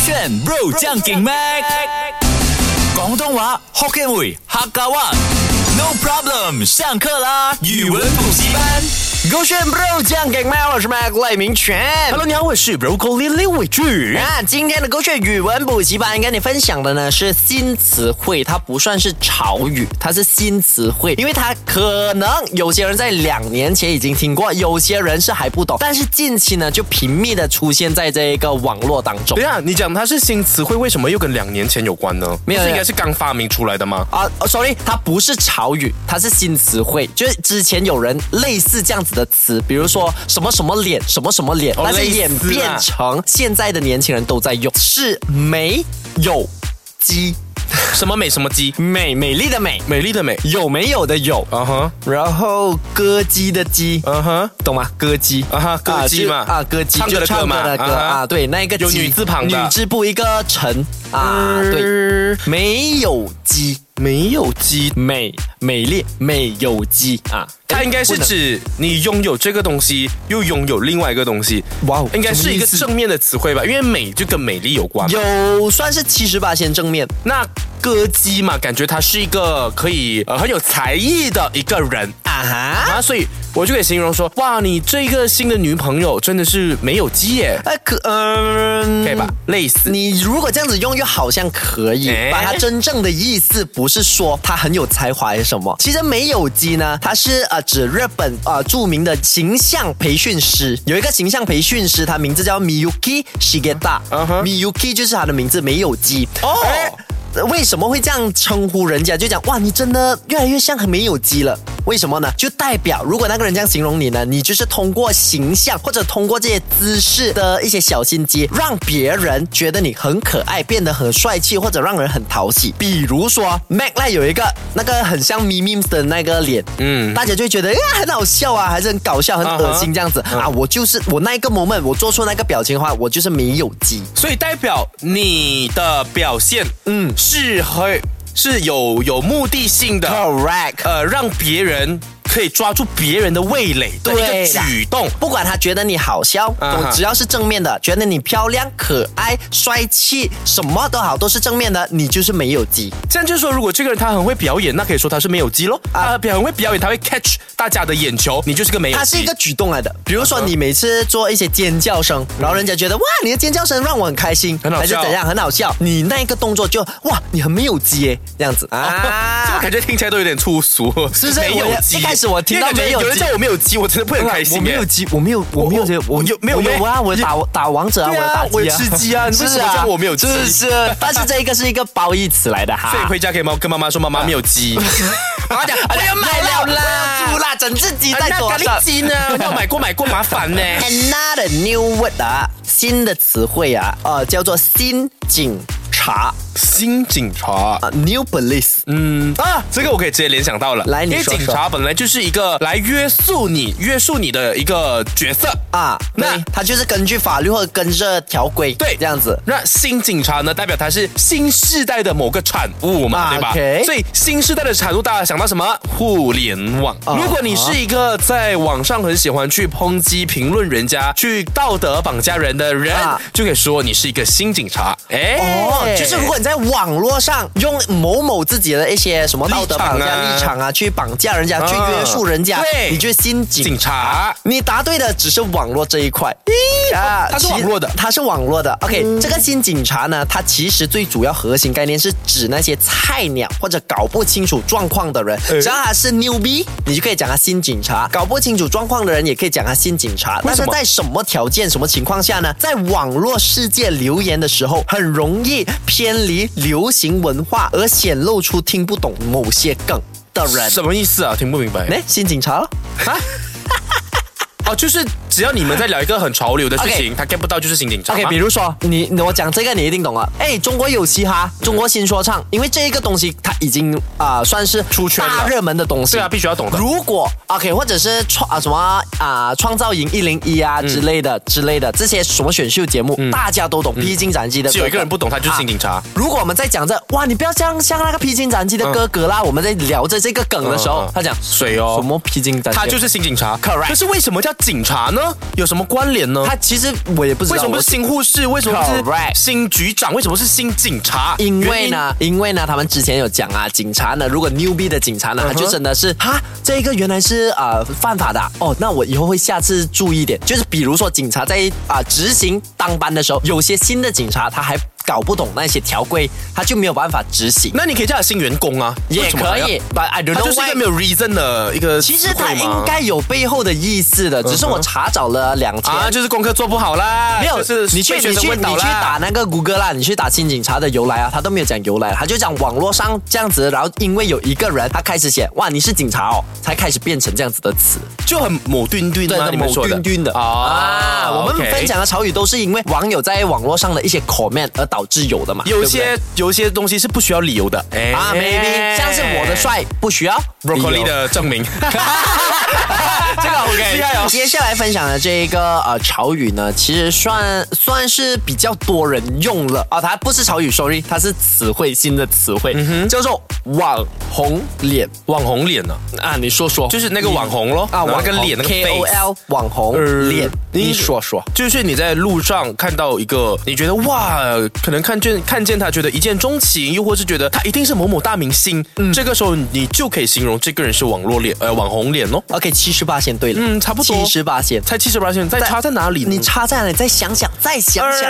选 Bro 将劲 Mac，广东话 Hokkien 语客家话。No problem，上课啦！语文补习班。勾选 bro 酱给麦，我是麦赖明全。 Hello，你好，我是 Broccoli 六尾剧。那今天的勾选语文补习班跟你分享的呢是新词汇，它不算是潮语，它是新词汇，因为它可能有些人在两年前已经听过，有些人是还不懂，但是近期呢就频密的出现在这个网络当中等一。下，你讲它是新词汇，为什么又跟两年前有关呢？没有不没是有应该是刚发明出来的吗？啊、s o r r y 它不是潮语，它是新词汇，就是之前有人类似这样子的词，比如说什么什么脸，什么什么脸，哦但是类似演变啊成现在的年轻人都在用，是没有鸡什么美什么鸡，美美丽的美，美丽的美。有没有的有，啊哈，然后歌姬的姬，啊哈，懂吗？歌姬啊哈歌姬就嘛啊，歌姬唱歌的就唱歌嘛的歌啊哈啊，对，那一个有姬女字旁的女字部一个臣啊，对，对，没有鸡。没有鸡，美美丽美有鸡啊，它应该是不能指你拥有这个东西，又拥有另外一个东西。哇哦应该是一个什么意思正面的词汇吧，因为美就跟美丽有关嘛。有算是七十八先正面，那歌姬嘛，感觉他是一个可以呃很有才艺的一个人啊哈。啊，所以我就可以形容说，哇，你这个新的女朋友真的是没有鸡耶，哎，可嗯，可以吧？类似你如果这样子用，又好像可以哎把它真正的意思，不是说他很有才华还是什么。其实没有鸡呢，它是呃指日本呃著名的形象培训师，有一个形象培训师，他名字叫 Miyuki Shigeta，Miyuki、嗯哼 Miyuki 就是他的名字，没有鸡哦而呃为什么会这样称呼人家？就讲哇，你真的越来越像很没有鸡了。为什么呢？就代表如果那个人这样形容你呢，你就是通过形象或者通过这些姿势的一些小心机，让别人觉得你很可爱，变得很帅气，或者让人很讨喜。比如说 Mac 赖有一个那个很像 Mimims 的那个脸，嗯，大家就会觉得哎呀很好笑啊，还是很搞笑、很恶嗯哼心这样子、啊。我就是我那一个 moment，我做出那个表情的话，我就是没有鸡。所以代表你的表现，嗯，是会是有有目的性的 Correct。呃，让别人可以抓住别人的味蕾的一个对啦举动。不管他觉得你好笑，啊哈总只要是正面的，觉得你漂亮、可爱、帅气，什么都好，都是正面的，你就是没有鸡。这样就是说，如果这个人他很会表演，那可以说他是没有鸡咯。啊啊，他很会表演，他会 catch 大家的眼球，你就是个没有鸡。它是一个举动来的，比如说你每次做一些尖叫声，然后人家觉得哇，你的尖叫声让我很开心，很好笑还是怎样，很好笑。你那一个动作就哇，你很没有鸡耶，这样子啊，这啊个。感觉听起来都有点粗俗，是不是没有我鸡。一开始我听到因为感觉没有鸡有人叫我没有鸡，我真的不会很开心耶。我没有鸡，我没有，我没有这，我有没有我有啊，咩我打打王者啊，对啊我有打鸡啊，我有吃鸡啊你为什么是啊叫我没有鸡 是是，但是这一个是一个褒义词来的哈。所以回家可以跟妈妈说，妈妈没有 鸡。妈讲，哎我要买了啦，煮啦，整只鸡啊在那桌咖上喱。鸡呢？要买过买过麻烦呢。 Another new word 啊，新的词汇啊，呃，叫做新警察新警察啊，new police。嗯啊，这个我可以直接联想到了。来你因为说警察本来就是一个来约束你、约束你的一个角色啊。啊，那那它就是根据法律或者跟着条规，对这样子。那新警察呢，代表它是新世代的某个产物嘛，啊对吧 OK 所以新世代的产物，大家想到什么？互联网。啊如果你是一个在网上很喜欢去抨击、评论人家、去道德绑架人的人，啊就可以说你是一个新警察。哎，哦，就是如果你在网络上用某某自己的一些什么道德绑立架场啊立场啊，去绑架人家，去约束人家，对你就是新警警察。你答对的只是网络这一块，咦啊它是其网络的嗯它是网络的。OK，、这个新警察呢，它其实最主要核心概念是指那些菜鸟或者搞不清楚状况的人，哎只要他是 newbie，你就可以讲他新警察；搞不清楚状况的人也可以讲他新警察。但什是么在什么条件、什么情况下呢？在网络世界留言的时候，很容易偏离流行文化，而显露出听不懂某些梗的人。什么意思啊？听不明白。哎，新警察了。啊？哦，就是只要你们在聊一个很潮流的事情他 get 不到就是新警察吗。 OK，比如说你我讲这个你一定懂了。哎，中国有嘻哈，中国新说唱，因为这一个东西它已经啊、算是出圈了大热门的东西。对啊，必须要懂的。如果 OK，或者是创啊什么啊、创造营一零一啊之类嗯的、之类的这些什么选秀节目，大家都懂。披荆斩棘的哥哥是嗯有一个人不懂，他啊就是新警察。如果我们在讲这哇，你不要像像那个披荆斩棘的哥哥啦，我们在聊着这个梗的时候，嗯嗯嗯他讲水哦什么披荆斩棘，他就是新警察 Correct 可是为什么叫警察呢有什么关联呢？他其实我也不知道为什么不是新护士？为什么不是 Correct 新局长？为什么是新警察？因为呢，因为呢，他们之前有讲啊，警察呢，如果 newbie 的警察呢，嗯哼他就真的是哈，这个原来是啊、呃犯法的啊哦，那我以后会下次注意一点。就是比如说警察在啊、执行当班的时候，有些新的警察他还搞不懂那些条规，他就没有办法执行，那你可以叫他新员工啊，为也什么可还要以。But I don't 他 know 就是一 why 个没有 reason 的一个词其汇嘛。实他应该有背后的意思的，只是我查找了两天。啊，就是功课做不好啦， 没有，就是你去被学你生去问你倒去打啦。那个谷歌啦，你去打新警察的由来啊，他都没有讲由来，他就讲网络上这样子，然后因为有一个人他开始写哇你是警察哦，才开始变成这样子的词，就很某墩墩对嘛，，啊你们某说的君君的啊。我们 OK 分享的潮语都是因为网友在网络上的一些 comment 而导致有的嘛，有对一不对些有一些东西是不需要理由的，哎啊 maybe 像是我的帅不需要 broccoli 的证明，这个 OK，厉害 哦。接下来分享的这一个呃潮语呢，其实算算是比较多人用了啊、它不是潮语，sorry，它是词汇新的词嗯汇，叫做网红脸网红脸呢，啊。你说说，就是那个网红咯，啊，然后网那个红脸那个 K O face。呃 L 网红脸，你说说。就是你在路上看到一个，你觉得哇，可能看见看见他觉得一见钟情，又或是觉得他一定是某某大明星，这个时候你就可以形容这个人是网络脸，呃，网红脸哦。 OK，七十八先对了，嗯差不多七十八先。才七十八线，在差在哪里呢？呃你差在哪里？再想想，再想想。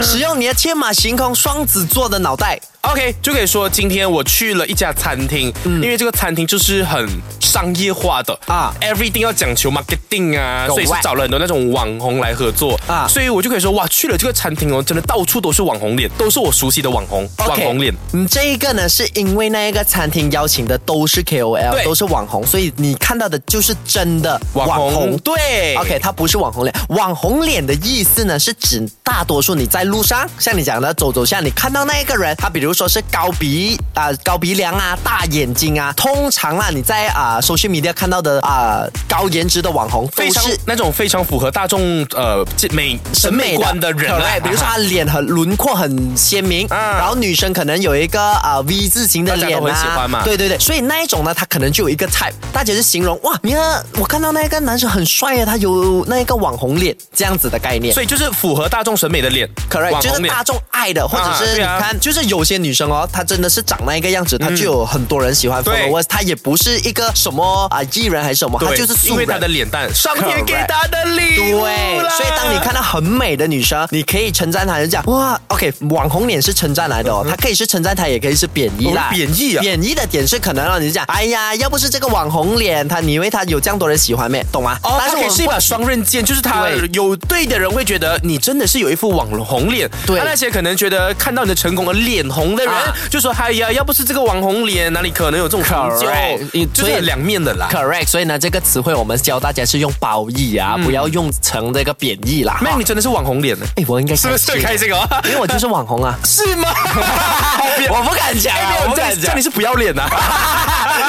使用你的天马行空双子座的脑袋， OK，就可以说今天我去了一家餐厅，因为这个餐厅就是很商业化的嗯啊啊，everything 要讲求 marketing 啊， Go 所以是 whack 找了很多那种网红来合作啊啊，所以我就可以说哇，去了这个餐厅哦，真的到处都是网红脸，都是我熟悉的网红 OK，网红脸。嗯，这一个呢，是因为那一个餐厅邀请的都是 KOL，对都是网红，所以你看到的就是真的网红对 OK，它不是网红脸。网红脸的意思呢，是指大多数你在路上，像你讲的走走下，你看到那一个人，他比如说是高鼻啊、高鼻梁啊、大眼睛啊，通常啊你在啊、social media 看到的啊、高颜值的网红都非常是。那种非常符合大众呃这美审美观的人啊 Correct，比如说他脸很轮廓很鲜明，嗯然后女生可能有一个啊、呃 V 字形的大家脸都啊，很喜欢嘛对对对，所以那一种呢，他可能就有一个 type，大家就形容哇，你看我看到那个男生很帅啊，他有那一个网红脸这样子的概念。所以就是符合大众审美的脸 correct，网就是红脸大。众爱的，或者是你对啊看，就是有些女生哦，她真的是长那一个样子，她就有很多人喜欢嗯对 followers，她也不是一个什么啊艺人还是什么，她对，就是素因为人啊他的脸蛋，上天给 Correct 他的礼物对，啦所以当你看到很美的女生，你可以称赞她，就讲哇，OK，网红脸是称赞来的哦，她可以是称赞，她也可以是贬义啦。嗯哦贬义啊贬义的点是可能让你就讲，哎呀，要不是这个网红脸，她你以为她有这样多人喜欢没？懂吗？哦，但是我我是一把双刃剑，就是他对有对的人会觉得你真的是有一副网红脸，对那那些可能觉得看到你的成功而脸红的人，啊就说哎呀，要不是这个网红脸，哪里可能有这种成就 Correct，你？就所以是两面的啦。 correct，所以呢，这个词汇我们教大家是用褒义啊，嗯不要用成这个贬义啦。妹，哈你真的是网红脸呢？哎，我应该嗯是不 是开心开心哦？因为我就是网红啊， 是吗？ 哎我不敢讲啊，我不敢这讲样你。是不要脸呐！啊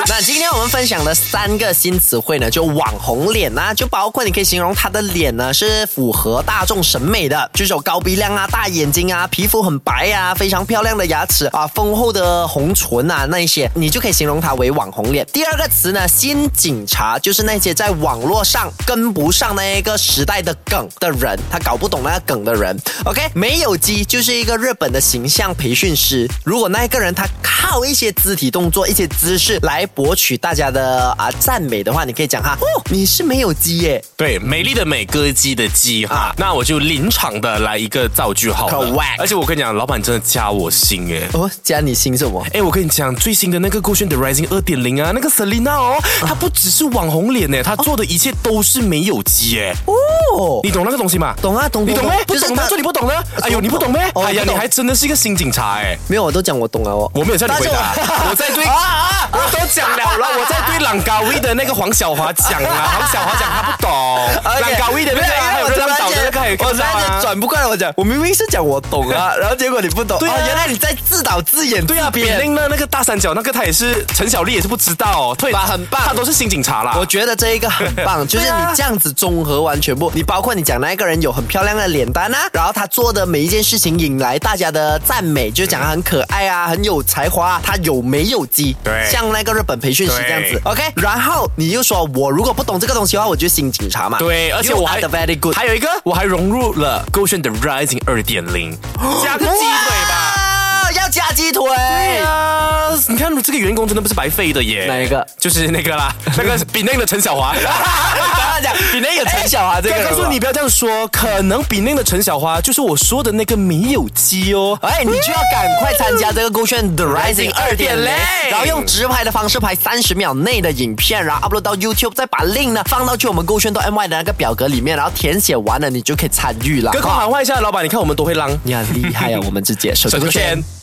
那今天我们分享的三个新词汇呢，就网红脸啊，就包括你可以形容他的脸呢是符合大众审美的，就是有高鼻梁啊、大眼睛啊、皮肤很白啊、非常漂亮的牙齿啊、丰厚的红唇啊那一些，你就可以形容他为网红脸。第二个词呢，新警察就是那些在网络上跟不上那一个时代的梗的人，他搞不懂那个梗的人。OK，没有鸡就是一个日本的形象培训师，如果那一个人他靠一些肢体动作、一些姿势来博取大家的啊赞美的话，你可以讲哈，哦，你是没有鸡耶。 对，美丽的美，歌姬的姬啊哈，那我就临场的来一个造句好了 Correct。而且我跟你讲，老板真的加我心哎。哦，加你心什么？哎、我跟你讲，最新的那个《酷炫的 Rising 二点零》啊，那个 Selina 哦，她不只是网红脸欸呢，她做的一切都是没有机哎，哦，你懂那个东西吗？懂啊懂你懂懂没？就不是懂她吗？这你不懂呢？哎呦，你不懂咩？哦哎呀，不你懂还真的是一个新警察哎！没有，我都讲我懂了哦。我没有叫你回答但是我， 我在 对，啊啊我都讲了了，我在对朗高威的那个黄小华 讲啊，黄小华讲他不懂， OK，朗高威的那没有个啊还因有为我浪突岛然的那个还有啊间我突然间转。 转不过来，我讲我明明是讲我懂啊，然后结果你不懂，对啊哦原来你在自导自演对啊，自比编令的那个大三角那个，他也是陈小丽也是不知道、哦，对吧很棒他都是新警察啦。我觉得这一个很 棒，就是对啊你这样子综合完全部，你包括你讲那一个人有很漂亮的脸蛋啊，然后他做的每一件事情引来大家的赞美，就讲他很可爱啊，很有才华啊，他有没有机？对像那个日本培训师这样子对，OK。然后你又说我如果不懂这个东西的话，我就新警察嘛。对，而且我还 You are the very good，还有一个我还融入了 g o s h e n 的 Rising 二点 零，加个鸡腿吧。吧，要加鸡腿。对 啊，你看这个员工真的不是白费的耶。哪一个就是那 个啦，那个比那个陈小华。讲比哎那个陈小华这个人吧告诉你不要这样说，可能比那个陈小华就是我说的那个没有鸡哦。哎，你就要赶快参加这个勾选 The Rising 二点零， 2.0然后用直拍的方式拍三十秒内的影片，然后 upload 到 YouTube，再把 link 呢放到去我们勾选到 MY 的那个表格里面，然后填写完了，你就可以参与了。跟空好不好喊话一下，老板，你看我们多会浪。你很厉害啊，我们直接手手勾勾选选。